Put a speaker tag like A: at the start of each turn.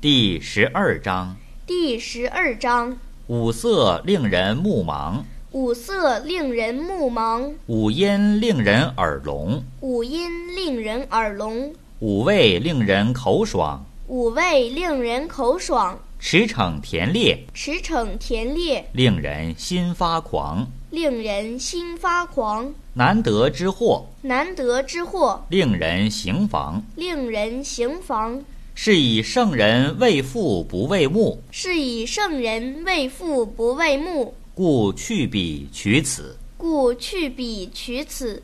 A: 第十二章：
B: 第十二章：
A: 五色令人目盲，
B: 五色令人目盲，
A: 五音令人耳聋，
B: 五音令人耳聋，
A: 五味令人口爽，
B: 五味令人口爽，
A: 驰骋甜猎，
B: 驰骋甜猎，
A: 令人心发狂；
B: 令人心发狂，
A: 难得之货，
B: 难得之货，
A: 令人行妨。
B: 令人行妨。
A: 是以圣人畏父不畏目，
B: 是以圣人畏父不畏目，
A: 故去彼取此。
B: 故去彼取此。